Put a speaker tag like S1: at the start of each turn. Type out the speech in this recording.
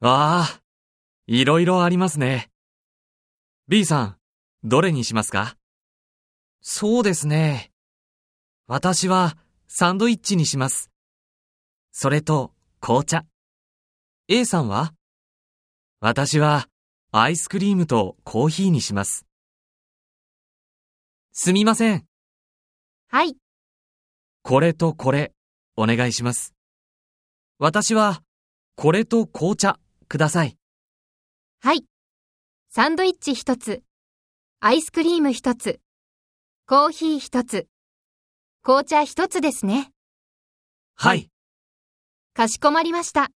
S1: ああ、いろいろありますね。B さん、どれにしますかそうですね。私はサンドイッチにします。それと紅茶。A さんは私はアイスクリームとコーヒーにします。すみません。
S2: はい、
S1: これとこれ、お願いします。私は、これと紅茶、ください。
S2: はい。サンドイッチ一つ、アイスクリーム一つ、コーヒー一つ、紅茶一つですね。
S1: はい。
S2: かしこまりました。